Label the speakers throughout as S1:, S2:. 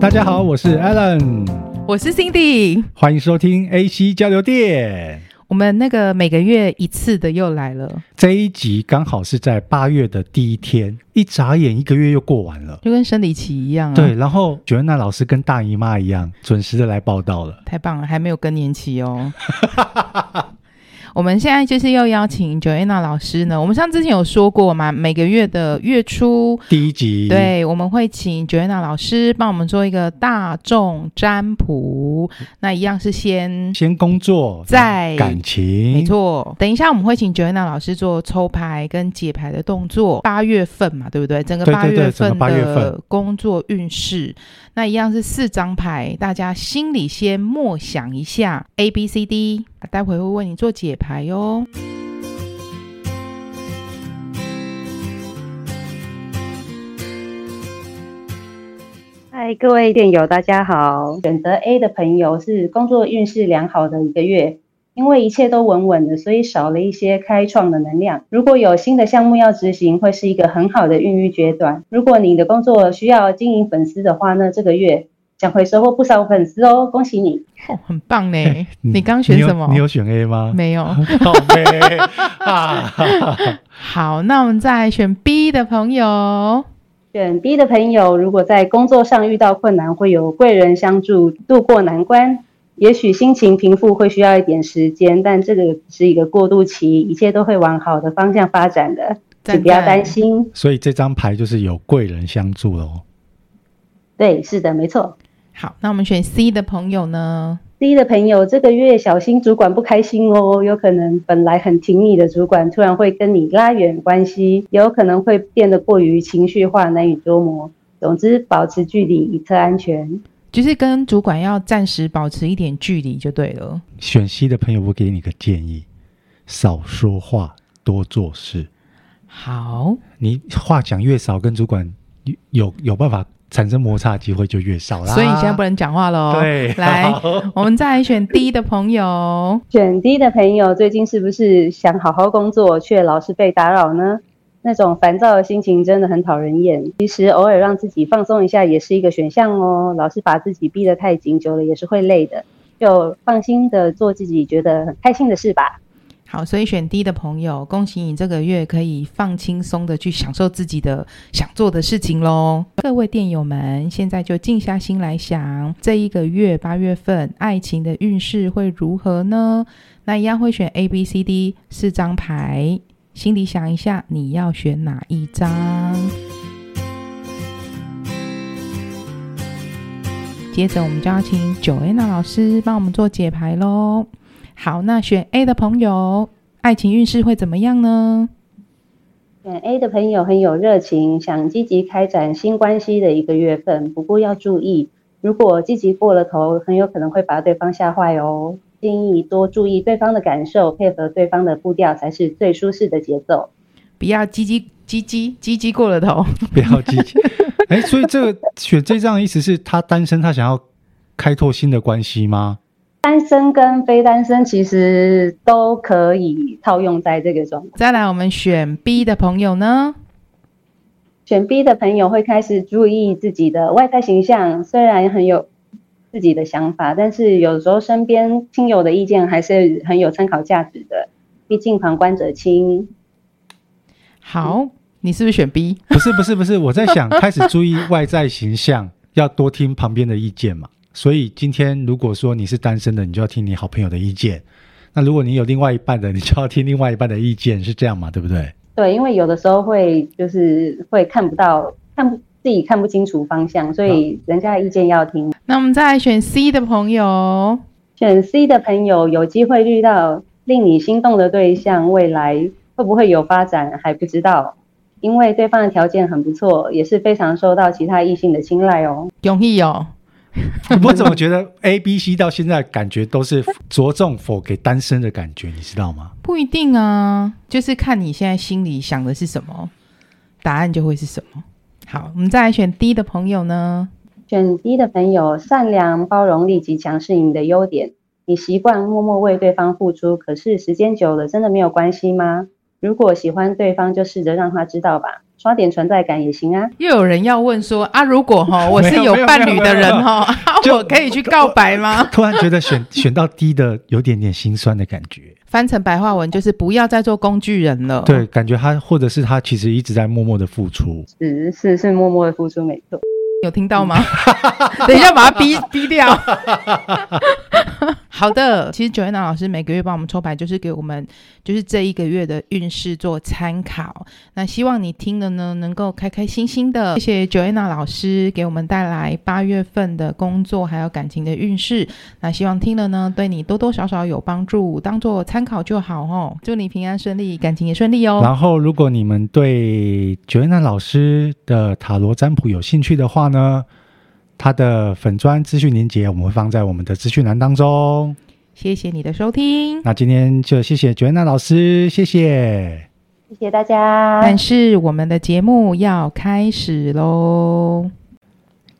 S1: 大家好，我是 Alan，
S2: 我是 Cindy。
S1: 欢迎收听 AC 交流电。
S2: 我们那个每个月一次的又来了，
S1: 这一集刚好是在八月的第一天，一眨眼一个月又过完了。
S2: 就跟生理期一样啊。
S1: 对，，然后九恩娜老师跟大姨妈一样，准时的来报道了。
S2: 太棒了，还没有更年期哦。 我们现在就是要邀请 Joanna 老师呢。我们上之前有说过嘛，每个月的月初，
S1: 第一集，，
S2: 对，我们会请 Joanna 老师帮我们做一个大众占卜。那一样是先，
S1: 先工作，
S2: 在
S1: 感情，
S2: 没错。等一下我们会请 Joanna 老师做抽牌跟解牌的动作。八月份嘛，对不对？整个
S1: 对
S2: 八
S1: 对对
S2: 月
S1: 整个
S2: 份
S1: 八月
S2: 的
S1: 份
S2: 工作运势，那一样是四张牌，大家心里先默想一下 A B C D，待会会为你做解牌哦哟、
S3: 嗨，各位电友，大家好。选择 A 的朋友是工作运势良好的一个月，因为一切都稳稳的，所以少了一些开创的能量。如果有新的项目要执行，会是一个很好的孕育阶段。如果你的工作需要经营粉丝的话呢，这个月将会收获不少粉丝哦，恭喜你！
S2: 哦，很棒 呢！
S1: 嗯
S2: 你刚选
S1: 有
S2: 什么？
S1: 你有选 A 吗？
S2: 没有？
S1: 好呗啊 哈哈哈！
S2: 好，那我们再来选 B 的朋友。
S3: 选 B 的朋友，如果在工作上遇到困难，会有贵人相助渡过难关。也许心情平复会需要一点时间，但这个只是一个过渡期，一切都会往好的方向发展的，
S2: 赞
S3: 请不要
S2: 赞
S3: 担心。
S1: 所以这张牌就是有贵人相助喽。
S3: 对，是的，没错。
S2: 好，那我们选 C 的朋友呢？
S3: C 的朋友，这个月小心主管不开心哦，有可能本来很挺你的主管，突然会跟你拉远关系，也有可能会变得过于情绪化，难以捉摸。总之，保持距离，以测安全。
S2: 就是跟主管要暂时保持一点距离就对了。
S1: 选 C 的朋友，我给你个建议：少说话，多做事。
S2: 好，
S1: 你话讲越少，跟主管有有有办法产生摩擦的机会就越少啦。
S2: 所以你现在不能讲话喽。
S1: 对
S2: 来
S1: 好，
S2: 我们再来选 D 的朋友。
S3: 选 D 的朋友，最近是不是想好好工作，却老是被打扰呢？那种烦躁的心情真的很讨人厌。其实偶尔让自己放松一下也是一个选项哦。老是把自己逼得太紧，久了也是会累的。就放心的做自己觉得很开心的事吧。
S2: 好，所以选 D 的朋友，恭喜你这个月可以放轻松的去享受自己的想做的事情喽。各位电友们，现在就静下心来想，这一个月八月份爱情的运势会如何呢？那一样会选 A、B、C、D 四张牌，心里想一下你要选哪一张。接着，我们就要请九 A 娜老师帮我们做解牌喽。好，那选 A 的朋友，爱情运势会怎么样呢？
S3: 选 A 的朋友很有热情，想积极开展新关系的一个月份，不过要注意，如果积极过了头，很有可能会把对方吓坏哦。建议多注意对方的感受，配合对方的步调才是最舒适的节奏。
S2: 不要唧唧唧唧唧唧过了头，
S1: 不要积极。哎，所以这个选这张的意思是他单身，他想要开拓新的关系吗？
S3: 单身跟非单身其实都可以套用在这个状况。
S2: 再来，我们选 B 的朋友呢？
S3: 选 B 的朋友会开始注意自己的外在形象，虽然很有自己的想法，但是有时候身边亲友的意见还是很有参考价值的，毕竟旁观者清。
S2: 好，你是不是选 B？
S1: 不是，不是，不是，我在想，开始注意外在形象，要多听旁边的意见嘛。所以今天如果说你是单身的，你就要听你好朋友的意见；那如果你有另外一半的，你就要听另外一半的意见，是这样嘛？对不对？
S3: 对，因为有的时候会就是会看不到，看不自己看不清楚方向，所以人家的意见要听。
S2: 那我们再来选 C 的朋友，
S3: 选 C 的朋友有机会遇到令你心动的对象，未来会不会有发展还不知道，因为对方的条件很不错，也是非常受到其他异性的青睐哦。
S2: 容易哦。
S1: 我怎么觉得 A、B、C 到现在感觉都是着重否给单身的感觉，你知道吗？
S2: 不一定啊，就是看你现在心里想的是什么，答案就会是什么。好，我们再来选 D 的朋友呢？
S3: 选 D 的朋友，善良、包容力极强是你的优点。你习惯默默为对方付出，可是时间久了，真的没有关系吗？如果喜欢对方，就试着让他知道吧。刷点存在感也行啊。
S2: 又有人要问说啊，如果哈我是
S1: 没有
S2: 有
S1: 没有
S2: 伴侣的人哈，啊
S1: 就
S2: 我可以去告白吗？
S1: 突然觉得选选到低的有点点心酸的感觉。
S2: 翻成白话文就是不要再做工具人了。
S1: 对，感觉他或者是他其实一直在默默的付出。
S3: 是是是，默默的付出没错。
S2: 有听到 吗？等一下把它逼逼掉。 好的，其实九月娜老师每个月帮我们抽牌，就是给我们就是这一个月的运势做参考。那希望你听了呢，能够开开心心的。谢谢九月娜老师给我们带来八月份的工作还有感情的运势。那希望听了呢，对你多多少少有帮助，当做参考就好哦。祝你平安顺利，感情也顺利哦。
S1: 然后，如果你们对 Joanna 老师的塔罗占卜有兴趣的话呢，他的粉砖资讯连接我们会放在我们的资讯栏当中。
S2: 谢谢你的收听。
S1: 那今天就谢谢 Joanna 老师，谢谢。
S3: 谢谢大
S1: 啊
S3: 家。
S2: 但是我们的节目要开始喽！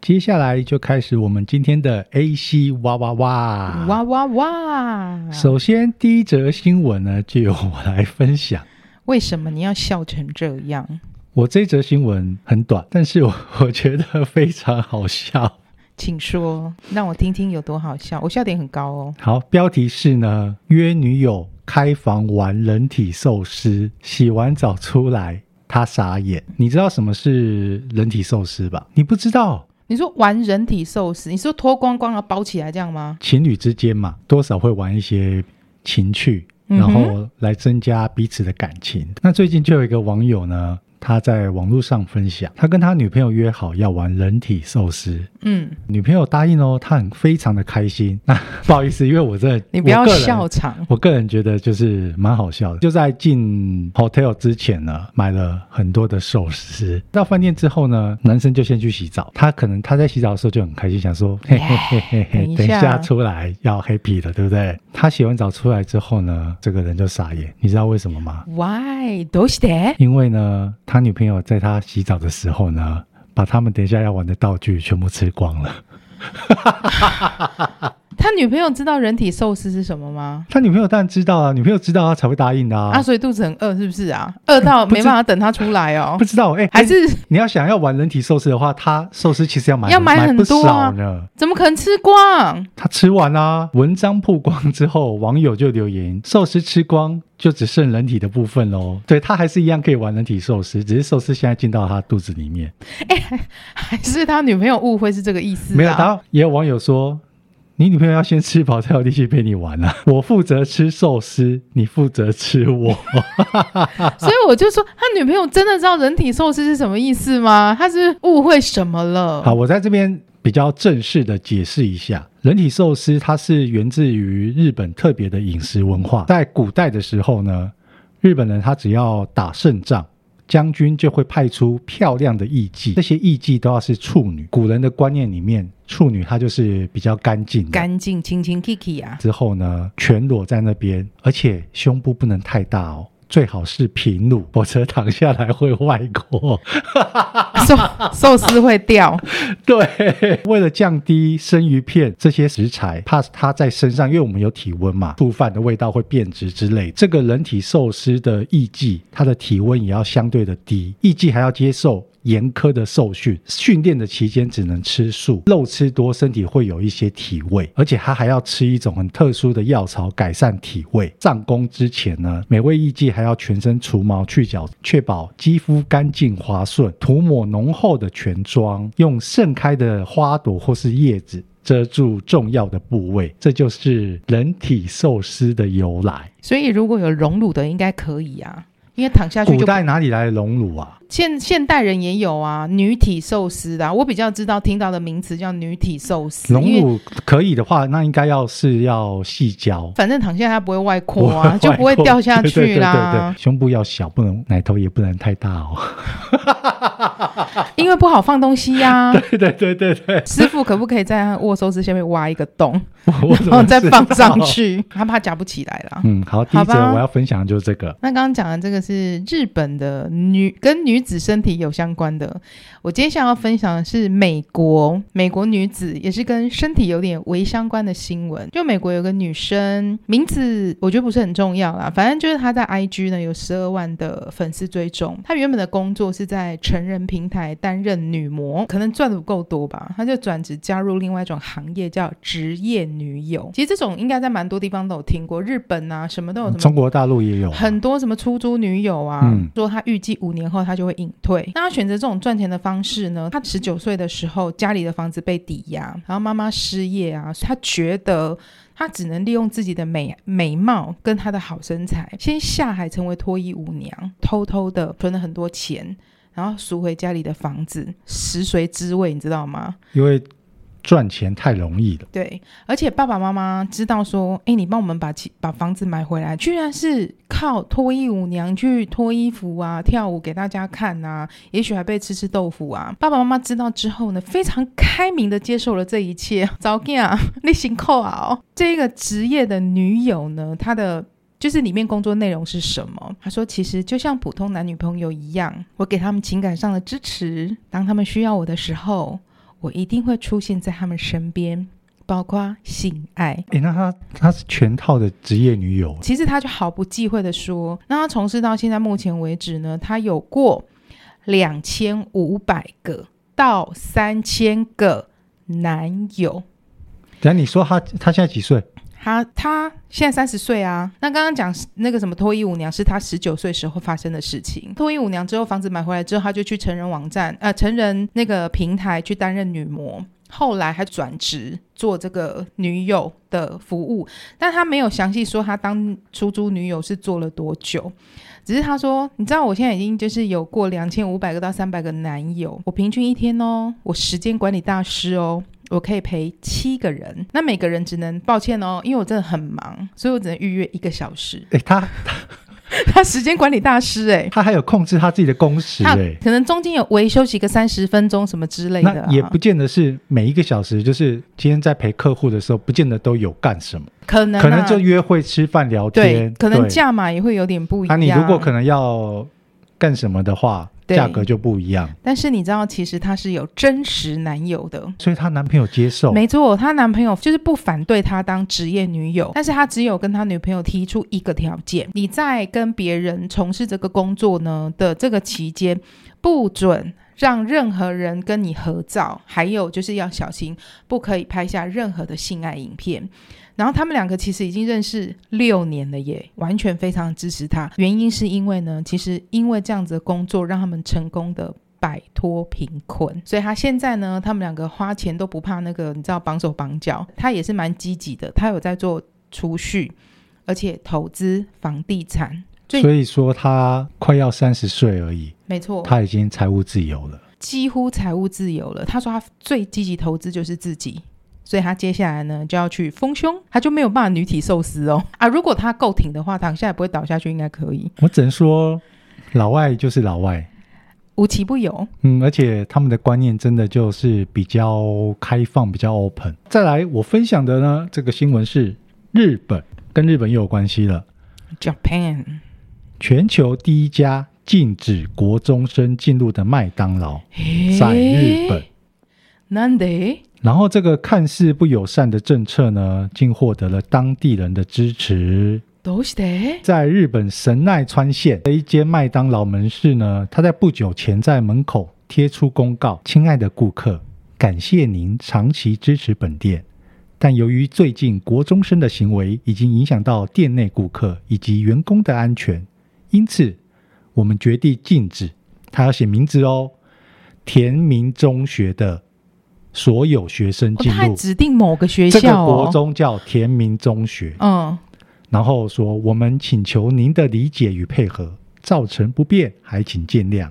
S1: 接下来就开始我们今天的 A C 哇哇哇
S2: 哇哇哇！
S1: 首先，第一则新闻呢，就由我来分享。
S2: 为什么你要笑成这样？
S1: 我这则新闻很短，但是我 我觉得非常好笑。
S2: 请说，让我听听有多好笑。我笑点很高哦。
S1: 好，标题是呢，约女友开房玩人体寿司，洗完澡出来，他傻眼。你知道什么是人体寿司吧？你不知道，
S2: 你说玩人体寿司，你说脱光光然后包起来这样吗？
S1: 情侣之间嘛，多少会玩一些情趣，
S2: 嗯
S1: 然
S2: 哼
S1: 后来增加彼此的感情。那最近就有一个网友呢，他在网络上分享，他跟他女朋友约好要玩人体寿司，
S2: 嗯，
S1: 女朋友答应哦，她很非常的开心。那不好意思，因为我真的
S2: 你不要
S1: 我个人
S2: 笑场。
S1: 我个人觉得就是蛮好笑的，就在进 hotel 之前呢，买了很多的寿司。到饭店之后呢，男生就先去洗澡。他可能他在洗澡的时候就很开心，想说嘿嘿嘿嘿嘿，
S2: 等一
S1: 等一
S2: 下
S1: 下出来要 happy 的，对不对？他洗完澡出来之后呢，这个人就傻眼，你知道为什么吗？
S2: Why どうして？
S1: 因为呢，他女朋友在他洗澡的时候呢，把他们等一下要玩的道具全部吃光了。
S2: 他女朋友知道人体寿司是什么吗？
S1: 他女朋友当然知道啊，女朋友知道他才会答应的啊。
S2: 啊，所以肚子很饿是不是啊？饿 到没办法等他出来哦
S1: 不，知道哎、
S2: 还是
S1: 你要想要玩人体寿司的话，他寿司其实要买
S2: 要买
S1: 买
S2: 很
S1: 不
S2: 多啊
S1: 少呢。
S2: 怎么可能吃光？
S1: 他吃完啊，文章曝光之后，网友就留言：寿司吃光就只剩人体的部分喽。对他还是一样可以玩人体寿司，只是寿司现在进到他肚子里面。
S2: 哎还是他女朋友误会是这个意思、啊？
S1: 没有，然后也有网友说。你女朋友要先吃饱才有力气陪你玩啊！我负责吃寿司，你负责吃我。
S2: 所以我就说，他女朋友真的知道人体寿司是什么意思吗？他是不是误会什么了？
S1: 好，，我在这边比较正式的解释一下，人体寿司它是源自于日本特别的饮食文化。在古代的时候呢，日本人他只要打胜仗。将军就会派出漂亮的艺妓，这些艺妓都要是处女。古人的观念里面，处女她就是比较干净的，
S2: 干净清清 Kiki 啊，
S1: 之后呢，全裸在那边，而且胸部不能太大哦，最好是平乳，否则躺下来会外扩。
S2: 寿寿司会掉，
S1: 对，为了降低生鱼片这些食材，怕它在身上，因为我们有体温嘛，触犯的味道会变质之类。这个人体寿司的艺妓，它的体温也要相对的低，艺妓还要接受。严苛的受训，训练的期间只能吃素，肉吃多身体会有一些体味，而且它还要吃一种很特殊的药草改善体味。上工之前呢，每位艺妓还要全身除毛去角，确保肌肤干净滑顺，涂抹浓厚的全妆，用盛开的花朵或是叶子。遮住重要的部位，这就是人体寿司的由来。
S2: 所以如果有荣辱的应该可以啊，因为躺下去
S1: 古
S2: 就
S1: 代哪里来的隆乳啊？
S2: 现现代人也有啊，女体寿司的啊、我比较知道听到的名词叫女体寿司，
S1: 隆
S2: 因为
S1: 乳可以的话，那应该要是要细胶，
S2: 反正躺下它不会外扩 啊，
S1: 外
S2: 就不会
S1: 扩
S2: 掉下
S1: 对对
S2: 去
S1: 对对对
S2: 啦。
S1: 胸部要小，不能奶头也不能太大哦。
S2: 因为不好放东西呀、
S1: 对对对对对，
S2: 师傅可不可以在他握寿司下面挖一个洞，
S1: 我我怎
S2: 然后
S1: 么
S2: 再
S1: 知
S2: 放上
S1: 道？
S2: 去？他怕夹不起来啦。
S1: 嗯，好，第一
S2: 好
S1: 则
S2: 吧
S1: 我要分享的就是这个，
S2: 那刚刚讲的这个是日本的女跟女子身体有相关的，我接下来要分享的是美国美国女子也是跟身体有点微相关的新闻。就美国有个女生，名字我觉得不是很重要啦，反正就是她在 IG 呢有十二万的粉丝追踪。她原本的工作是在成人平台担任女模，可能赚的不够多吧，她就转职加入另外一种行业叫职业女友。其实这种应该在蛮多地方都有听过，日本啊什么都有什么
S1: 中国大陆也有啊，
S2: 很多什么出租女友啊，
S1: 嗯
S2: 说他预计五年后他就会隐退。那他选择这种赚钱的方式呢？他十九岁的时候，家里的房子被抵押，然后妈妈失业啊，所以他觉得。他只能利用自己的美美貌跟他的好身材，先下海成为脱衣舞娘，偷偷的存了很多钱，然后赎回家里的房子，食髓知味，你知道吗？
S1: 因为赚钱太容易了，
S2: 对，而且爸爸妈妈知道说，哎，你帮我们把其把房子买回来，居然是靠脱衣舞娘去脱衣服啊、跳舞给大家看啊，也许还被吃吃豆腐啊。爸爸妈妈知道之后呢，非常开明的接受了这一切。 早干啊，你辛苦啊、哦！这个职业的女友呢，她的。就是里面工作内容是什么？她说，其实就像普通男女朋友一样，我给他们情感上的支持，当他们需要我的时候，我一定会出现在他们身边，包括性爱。
S1: 诶，那她她是全套的职业女友，啊
S2: 其实他就毫不忌讳的说，那他从事到现在目前为止呢，他有过两千五百个到三千个男友。
S1: 等一下你说她她现在几岁？
S2: 他他现在三十岁啊，那刚刚讲那个什么脱衣舞娘是他十九岁时候发生的事情。脱衣舞娘之后房子买回来之后，他就去成人网站呃成人那个平台去担任女模，后来还转职做这个女友的服务，但他没有详细说他当出租女友是做了多久。只是他说，你知道我现在已经就是有过两千五百个到三百个男友，我平均一天哦，我时间管理大师哦，我可以陪七个人，那每个人只能抱歉哦，因为我真的很忙，所以我只能预约一个小 时。
S1: 诶，她
S2: 他时间管理大师哎、
S1: 她还有控制她自己的工时、
S2: 他
S1: 诶，
S2: 可能中间有微休息个三十分钟什么之类的、啊
S1: 那，也不见得是每一个小时，就是今天在陪客户的时候，不见得都有干什么，
S2: 可能、啊、
S1: 可能就约会、吃饭、聊
S2: 对
S1: 天，，
S2: 可能
S1: 对
S2: 价码也会有点不一
S1: 那、
S2: 样。
S1: 你
S2: 啊
S1: 如果可能要干什么的话，
S2: 对
S1: 价格就不一样，
S2: 但是你知道，其实她是有真实男友的，
S1: 所以她男朋友接受。
S2: 没错，她男朋友就是不反对她当职业女友，但是她只有跟她女朋友提出一个条件：你在跟别人从事这个工作呢的这个期间，不准。让任何人跟你合照，还有就是要小心，不可以拍下任何的性爱影片。然后他们两个其实已经认识六年了耶，完全非常支持他。原因是因为呢，其实因为这样子的工作，让他们成功的摆脱贫困。所以他现在呢，他们两个花钱都不怕那个，你知道绑手绑脚。他也是蛮积极的，他有在做储蓄，而且投资房地产。最
S1: 所以说她快要三十岁而已，
S2: 没错，
S1: 她已经财务自由了。
S2: 几乎财务自由了。他说他最积极投资就是自己，所以他接下来呢就要去丰胸，他就没有办法女体寿司哦啊！如果他够挺的话，躺下也不会倒下去，应该可以。
S1: 我只能说，老外就是老外，
S2: 无奇不有，
S1: 嗯，而且他们的观念真的就是比较开放，比较 open。再来，我分享的呢，这个新闻是日本，跟日本又有关系了。
S2: Japan，
S1: 全球第一家禁止国中生进入的麦当劳在日本
S2: 诶，，なんで？
S1: 然后这个看似不友善的政策呢，竟获得了当地人的支持。
S2: どうして？
S1: 在日本神奈川县的一间麦当劳门市呢，他在不久前在门口贴出公告：“亲爱的顾客，感谢您长期支持本店，但由于最近国中生的行为已经影响到店内顾客以及员工的安全，因此我们决定禁止。”他要写名字哦，田明中学的所有学生
S2: 哦，
S1: 进
S2: 他还
S1: 入。
S2: 指定某个学
S1: 这个
S2: 校
S1: 国
S2: 哦。
S1: 中叫田明中学，
S2: 嗯，
S1: 然后说：“我们请求您的理解与配合，造成不便还请见谅。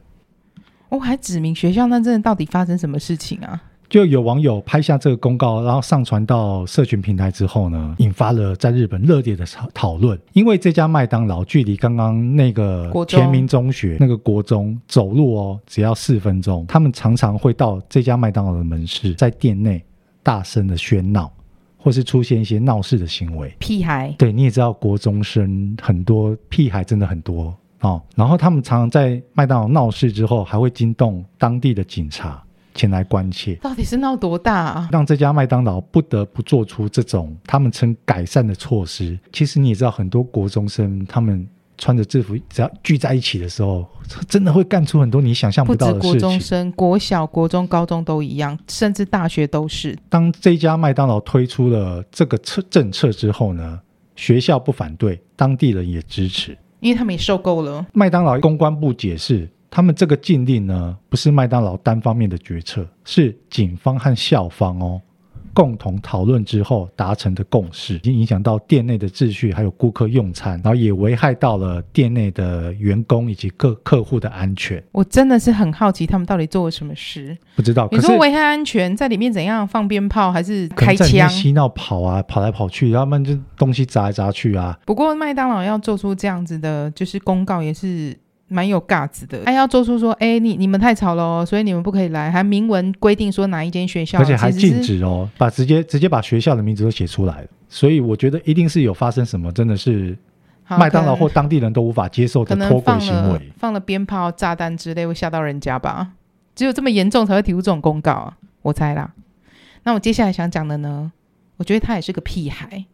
S2: 哦我、还指明学校，那真的到底发生什么事情啊？”
S1: 就有网友拍下这个公告，然后上传到社群平台之后呢，引发了在日本热烈的讨讨论。因为这家麦当劳距离刚刚那个
S2: 国中
S1: 全民中学那个国中走路哦，只要四分钟，他们常常会到这家麦当劳的门市，在店内大声的喧闹，或是出现一些闹事的行为。
S2: 屁孩，
S1: 对，你也知道，国中生很多屁孩真的很多哦。然后他们常常在麦当劳闹事之后，还会惊动当地的警察前来关切，
S2: 到底是闹多大啊？
S1: 让这家麦当劳不得不做出这种他们称改善的措施。其实你也知道，很多国中生他们穿着制服，只要聚在一起的时候，真的会干出很多你想象
S2: 不
S1: 不
S2: 止
S1: 到的
S2: 国
S1: 事
S2: 中
S1: 情。
S2: 生，国小、国中、高中都一样，甚至大学都是。
S1: 当这家麦当劳推出了这个策政策之后呢，学校不反对，当地人也支持。
S2: 因为他们也受够了，
S1: 麦当劳公关部解释，他们这个禁令呢，不是麦当劳单方面的决策，是警方和校方哦共同讨论之后达成的共识，已经影响到店内的秩序，还有顾客用餐，然后也危害到了店内的员工以及各客户的安全。
S2: 我真的是很好奇他们到底做了什么事。
S1: 不知道，
S2: 你
S1: 哦可是
S2: 说危害安全，在里面怎样放鞭炮还是
S1: 可
S2: 开
S1: 能在里
S2: 枪
S1: 面？嬉闹跑啊，跑来跑去，要不然就东西砸来砸去啊。
S2: 不过麦当劳要做出这样子的，就是公告也是蛮有尬子的。他要做出说，哎，你你们太吵了哦，所以你们不可以来，还明文规定说哪一间学校，
S1: 而且还
S2: 啊其实
S1: 禁
S2: 是
S1: 止哦，把直接直接把学校的名字都写出来了，所以我觉得一定是有发生什么，真的是
S2: 好
S1: 麦当劳
S2: 可能
S1: 或当地人都无法接受
S2: 可
S1: 的
S2: 能
S1: 脱轨
S2: 放
S1: 行
S2: 了
S1: 为。
S2: 放了鞭炮、炸弹之类，会吓到人家吧？只有这么严重才会提出这种公告啊，我猜啦。那我接下来想讲的呢，我觉得他也是个屁孩，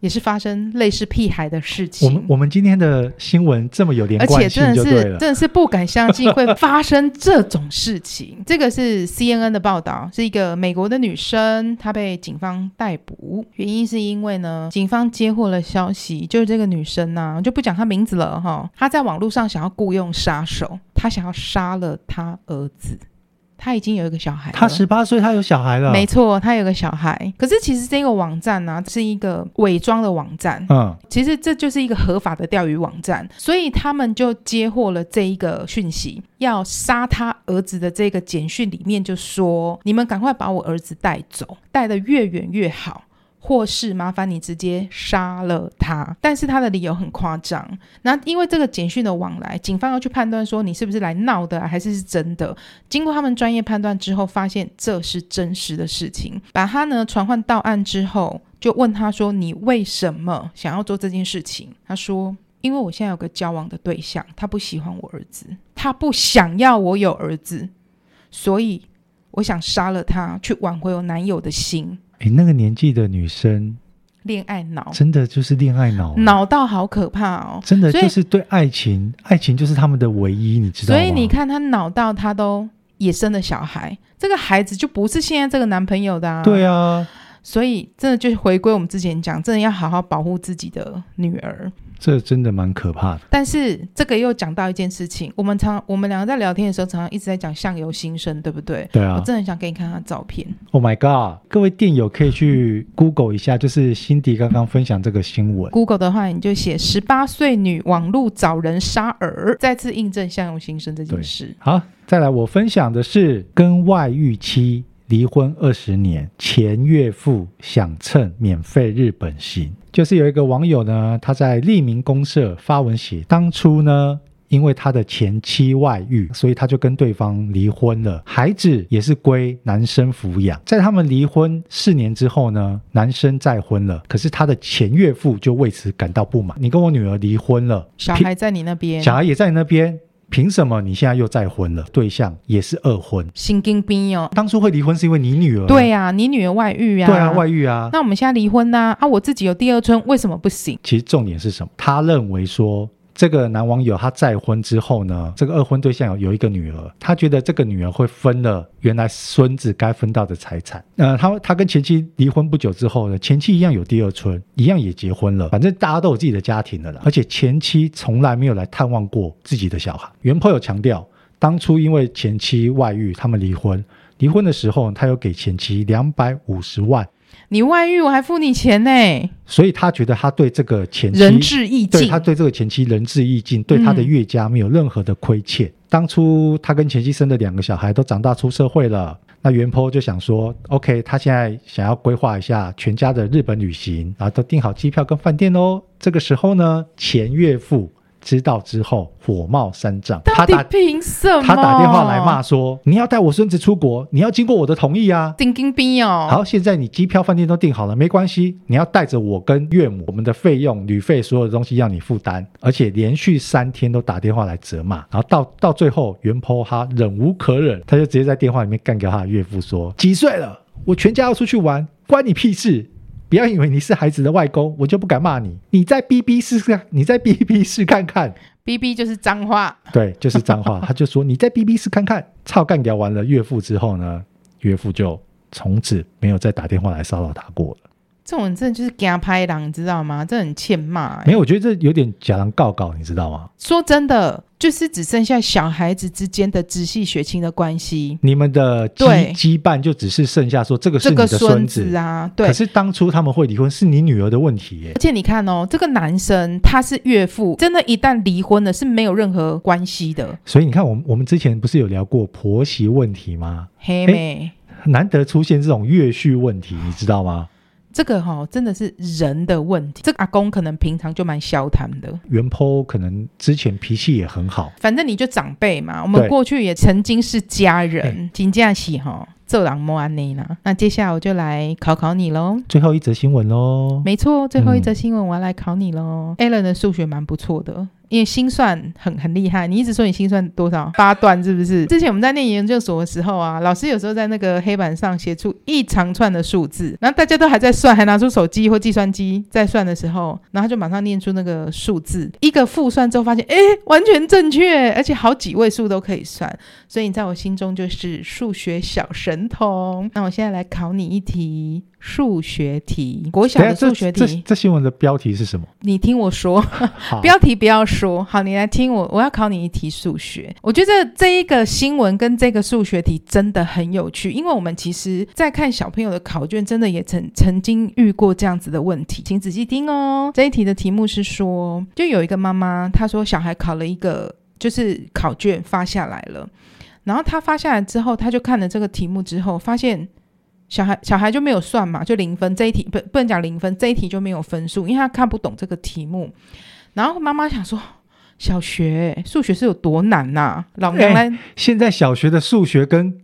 S2: 也是发生类似屁孩的事
S1: 我们
S2: 情。
S1: 我们今天的新闻这么有连
S2: 而且
S1: 贯
S2: 真
S1: 性
S2: 的
S1: 就是对了
S2: 真，的是不敢相信会发生这种事情。 这个是 CNN 的报道，是一个美国的女生，她被警方逮捕，原因是因为呢，警方接获了消息，就是这个女生呢、我就不讲她名字了哈，她在网络上想要雇佣杀手，她想要杀了她儿子，她已经有一个小孩了，
S1: 他十八岁，他有小孩了，
S2: 没错，她有个小孩。可是其实这个网站呢、是一个伪装的网站，
S1: 嗯，
S2: 其实这就是一个合法的钓鱼网站，所以他们就接获了这一个讯息，要杀他儿子的这个简讯里面就说：“你们赶快把我儿子带走，带得越远越好。”或是麻烦你直接杀了他，但是他的理由很夸张。那因为这个简讯的往来，警方要去判断说你是不是来闹的啊、还是是真的。经过他们专业判断之后，发现这是真实的事情，把他呢传唤到案之后，就问他说：“你为什么想要做这件事情？”他说：“因为我现在有个交往的对象，他不喜欢我儿子，他不想要我有儿子，所以我想杀了他，去挽回我男友的心。
S1: 诶那个年纪的女生
S2: 恋爱脑，
S1: 真的就是恋爱脑，
S2: 哦
S1: 啊
S2: 脑到好可怕哦！
S1: 真的
S2: 所以
S1: 就是对爱情，爱情就是他们的唯一，你知道吗？啊
S2: 所以你看，他脑到他都也生了小孩，这个孩子就不是现在这个男朋友的、啊。
S1: 对啊，
S2: 所以真的就是回归我们之前讲，真的要好好保护自己的女儿。
S1: 这真的蛮可怕的。
S2: 但是这个又讲到一件事情，我们常我们两个在聊天的时候，常常一直在讲相由心生，对不对？
S1: 对
S2: 我
S1: 啊
S2: 真的很想给你看他的照片，
S1: ，Oh my god！各位电友可以去 Google 一下，就是辛迪刚刚分享这个新闻。
S2: Google 的话，你就写十八岁女网路找人杀儿，再次印证相由心生这件事。
S1: 好，再来我分享的是跟外遇妻离婚二十年，前岳父想蹭免费日本行。就是有一个网友呢，他在匿名公社发文写，当初呢。因为他的前妻外遇，所以他就跟对方离婚了，孩子也是归男生抚养。在他们离婚四年之后呢，男生再婚了，可是他的前岳父就为此感到不满。你跟我女儿离婚了，
S2: 小孩在你那边，
S1: 小孩也在你那边，凭什么你现在又再婚了？对象也是二婚，
S2: 神经病哦！
S1: 当初会离婚是因为你女儿，啊
S2: 对、呀、你女儿外遇啊，
S1: 对啊，外遇啊。
S2: 那我们现在离婚呐、啊，我自己有第二春，为什么不行？
S1: 其实重点是什么？他认为说。这个男网友他再婚之后呢，这个二婚对象有有一个女儿，他觉得这个女儿会分了原来孙子该分到的财产。呃，他他跟前妻离婚不久之后呢，前妻一样有第二春，一样也结婚了，反正大家都有自己的家庭了啦。而且前妻从来没有来探望过自己的小孩。原朋友强调，当初因为前妻外遇，他们离婚。离婚的时候，他有给前妻两百五十万，
S2: 你外遇我还付你钱呢、
S1: 所以他觉得他对这个前妻
S2: 仁至义
S1: 对
S2: 尽
S1: 他。对这个前妻仁至义尽，对他的岳
S2: 嗯
S1: 家没有任何的亏欠。当初他跟前妻生的两个小孩都长大出社会了，那袁坡就想说，OK，他现在想要规划一下全家的日本旅行，啊然后都订好机票跟饭店哦。这个时候呢，前岳父知道之后火冒三丈，
S2: 到
S1: 他
S2: 底
S1: 打
S2: 凭什么？
S1: 他打电话来骂，说，你要带我孙子出国，你要经过我的同意啊。
S2: 丁丁兵哦。
S1: 好，现在你机票、饭店都订好了，没关系，你要带着我跟岳母，我们的费用、旅费，所有的东西要你负担，而且连续三天都打电话来责骂，然后到到最后，袁坡他忍无可忍，他就直接在电话里面干掉他的岳父说，几岁了，我全家要出去玩，关你屁事。不要以为你是孩子的外公，我就不敢骂你。你再逼逼试试看，你再逼逼试看看。
S2: B B 就是脏话，
S1: 对，就是脏话。他就说你再逼逼试看看。操干聊完了岳父之后呢，岳父就从此没有再打电话来骚扰他过了。
S2: 这种人真的就是给他拍狼，你知道吗？这很欠骂、欸
S1: 没有，我觉得这有点假狼告告，你知道吗？
S2: 说真的，就是只剩下小孩子之间的直系血亲的关系，
S1: 你们的
S2: 对
S1: 羁羁绊就只是剩下说这个是
S2: 这
S1: 你的
S2: 个
S1: 孙
S2: 孙子啊，对
S1: 可。是当初他们会离婚是你女儿的问题耶
S2: 而。且你看哦，这个男生他是岳父，真的，一旦离婚了是没有任何关系的。
S1: 所以你看，我们我们之前不是有聊过婆媳问题吗？
S2: 黑妹，
S1: 难得出现这种岳婿问题，你知道吗？
S2: 这个哈、真的是人的问题。这个阿公可能平常就蛮消谈的，
S1: 袁坡可能之前脾气也很好，
S2: 反正你就长辈嘛，我们
S1: 对
S2: 过去也曾经是家人，请假喜哈，这狼莫安内啦。那接下来我就来考考你喽。
S1: 最后一则新闻喽。
S2: 没错，最后一则新闻我要来考你喽。Allen 的数学蛮不错的，因为心算很很厉害。你一直说你心算多少八段是不是？之前我们在念研究所的时候啊，老师有时候在那个黑板上写出一长串的数字，然后大家都还在算，还拿出手机或计算机在算的时候，然后他就马上念出那个数字，一个复算之后发现，哎，完全正确，而且好几位数都可以算。所以你在我心中就是数学小神童。那我现在来考你一题数学题，国小
S1: 等一
S2: 的
S1: 下，这
S2: 数学
S1: 这
S2: 题，
S1: 这新闻的标题是什么？
S2: 你听我说，
S1: 好
S2: 标题不要说。好，你来听我，我要考你一题数学。我觉得这一个新闻跟这个数学题真的很有趣，因为我们其实在看小朋友的考卷，真的也曾曾经遇过这样子的问题，请仔细听哦。这一题的题目是说，就有一个妈妈，她说小孩考了一个就是考卷发下来了，然后她发下来之后，她就看了这个题目之后，发现。小孩小孩就没有算嘛，就零分。这一题不不能讲零分，这一题就没有分数，因为他看不懂这个题目。然后妈妈想说，小学数学是有多难呐、老娘来，
S1: 现在小学的数学跟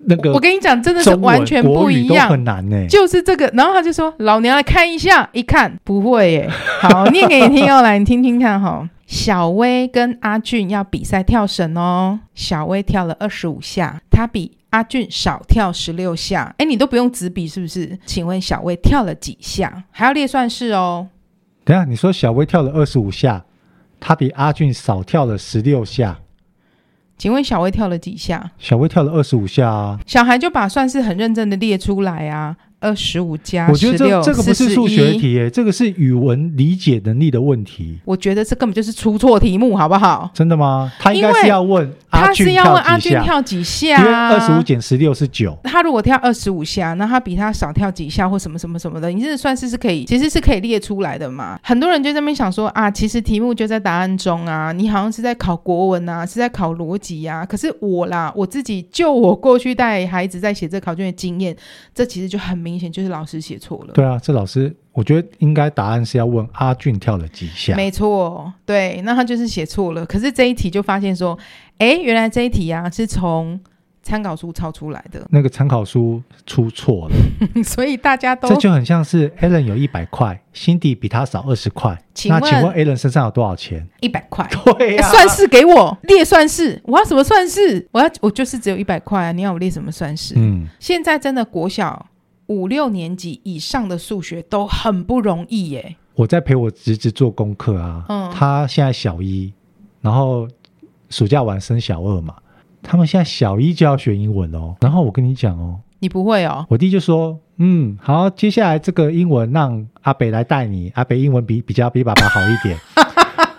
S1: 那哎个
S2: 我跟你讲，真的是
S1: 中文
S2: 完全
S1: 国
S2: 不
S1: 语
S2: 一
S1: 都
S2: 样。
S1: 很难呢、
S2: 就是这个，然后他就说：“老娘来看一下。”一看不 会耶，好，念给你听哦，来你听听看哈、小薇跟阿俊要比赛跳绳哦，小薇跳了二十五下，她比阿俊少跳十六下。哎，你都不用纸笔是不是？请问小薇跳了几下？还要列算式哦。
S1: 等一下你说小薇跳了二十五下，她比阿俊少跳了十六下，
S2: 请问小薇跳了几下？
S1: 小薇跳了二十五下啊。
S2: 小孩就把算式很认真的列出来啊，二十五加
S1: 我觉
S2: 十
S1: 得这
S2: 六，
S1: 这个不是数学
S2: 41
S1: 题、耶，这个是语文理解能力的问题。
S2: 我觉得这根本就是出错题目，好不好？
S1: 真的吗？他应该
S2: 因为
S1: 是要问阿
S2: 他
S1: 俊
S2: 是要
S1: 跳
S2: 问阿
S1: 几
S2: 俊
S1: 下，
S2: 跳几下、
S1: 因为
S2: 啊？
S1: 二十五减十六是九。
S2: 他如果跳二十五下，那他比他少跳几下或什么什么什么的，你这算是是可以，其实是可以列出来的嘛。很多人就在那边想说啊，其实题目就在答案中啊，你好像是在考国文啊，是在考逻辑啊。可是我啦，我自己就我过去带孩子在写这考卷的经验，这其实就很明显就是老师写错了。
S1: 对啊，这老师，我觉得应该答案是要问阿俊跳了几下。
S2: 没错，对，那他就是写错了。可是这一题就发现说，哎，原来这一题啊是从参考书抄出来的，
S1: 那个参考书出错了。
S2: 所以大家都
S1: 这就很像是 Alan 有一百块，Cindy 比他少二十块。
S2: 请
S1: 那请问
S2: 问
S1: Alan 身上有多少 钱？
S2: 一百块。
S1: 对
S2: 欸算式给我列算式，我要什么算式？我要我就是只有一百块、啊，你要我列什么算式？
S1: 嗯，
S2: 现在真的国小五六年级以上的数学都很不容易耶。
S1: 我在陪我侄子做功课啊。
S2: 嗯
S1: 他现在小一，然后暑假完升小二嘛。他们现在小一就要学英文哦。然后我跟你讲哦，
S2: 你不会哦，
S1: 我弟就说：“嗯，好，接下来这个英文让阿北来带你。阿北英文比比较比爸爸好一 点。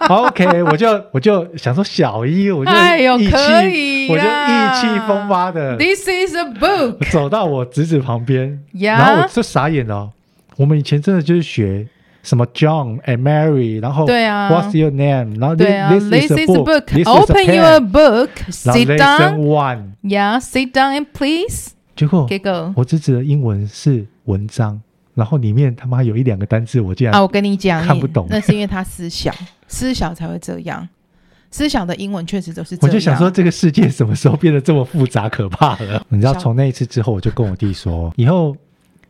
S1: ”OK，我就我就想说小一，我就
S2: 哎呦
S1: 意气，
S2: 可以
S1: 我就
S2: 啦
S1: 意气风发的。
S2: This is a book
S1: 走到我侄子旁边
S2: 呀
S1: 然后我就傻眼了哦。我们以前真的就是学什么 John and Mary，然后
S2: 对啊
S1: What's your name，然后
S2: 对啊
S1: This,
S2: ，This is a
S1: book，This is a
S2: book. Open
S1: pen，
S2: your book.
S1: 然后
S2: Sit
S1: Lesson
S2: down.
S1: One，
S2: Yeah, sit down and please.
S1: 结果
S2: 给个
S1: 我只指的英文是文章，然后里面他妈有一两个单字，我竟然
S2: 啊，我跟你讲，
S1: 看
S2: 你
S1: 不懂
S2: 那是因为他 思想，思想才会这样。思想的英文确实都是这
S1: 我
S2: 样。
S1: 就想说，这个世界什么时候变得这么复杂可怕了？ 你知道，
S2: 小
S1: 从那一次之后，我就跟我弟说，以后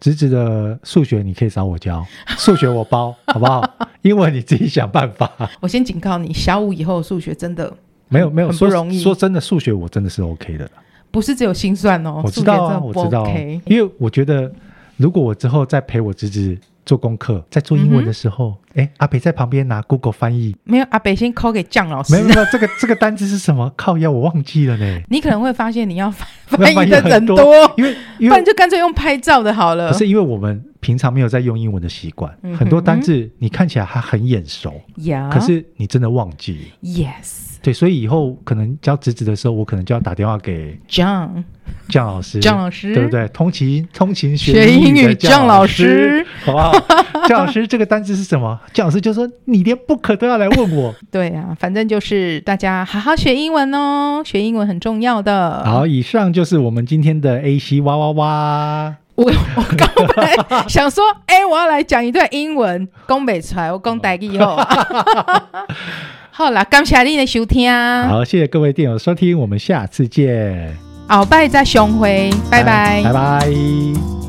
S1: 直直的数学你可以找我教，数学我包，好不好？ 英文你自己想办法。
S2: 我先警告你，小五以后的数学真的
S1: 没有没有，
S2: 很不
S1: 说
S2: 容易
S1: 说真的，数学我真的是 OK 的啦，
S2: 不是只有心算哦，
S1: 我知
S2: 数学真
S1: 道啊，
S2: 的
S1: 我
S2: 不
S1: 知道、啊
S2: OK，。
S1: 因为我觉得，如果我之后再陪我侄子做功课，在做英文的时候，哎、阿北在旁边拿 Google 翻译，
S2: 没有阿北先 call 给酱老师
S1: 没有，没有，这个这个单字是什么？靠腰，我忘记了呢。
S2: 你可能会发现你要翻
S1: 要 翻译
S2: 译的人
S1: 很多因为因
S2: 不
S1: 为
S2: 然就干脆用拍照的好了
S1: 可。是因为我们平常没有在用英文的习惯，
S2: 嗯哼嗯
S1: 很多单字你看起来还很眼熟，
S2: 呀，
S1: 可是你真的忘记。
S2: yes
S1: 对，所以以后可能教侄子的时候，我可能就要打电话给
S2: John
S1: 姜老师，
S2: 姜老师
S1: 对不对？通勤通勤
S2: 学英
S1: 英
S2: 语
S1: 的
S2: 姜
S1: 姜
S2: 老
S1: 师
S2: 师，
S1: 好不好？ 姜老师这个单字是什么？姜老师就说你连不可都要来问我。
S2: 对啊，反正就是大家好好学英文哦，学英文很重要 的。
S1: 好，以上就是我们今天的 A C 哇哇哇。
S2: 我 我刚本来想说，哎、我要来讲一段英文，讲北出来，我讲台语以后。 好啦，感谢你的收听，
S1: 好，谢谢各位电友收听，我们下次见，
S2: 鳌拜再相会，拜拜
S1: 拜拜。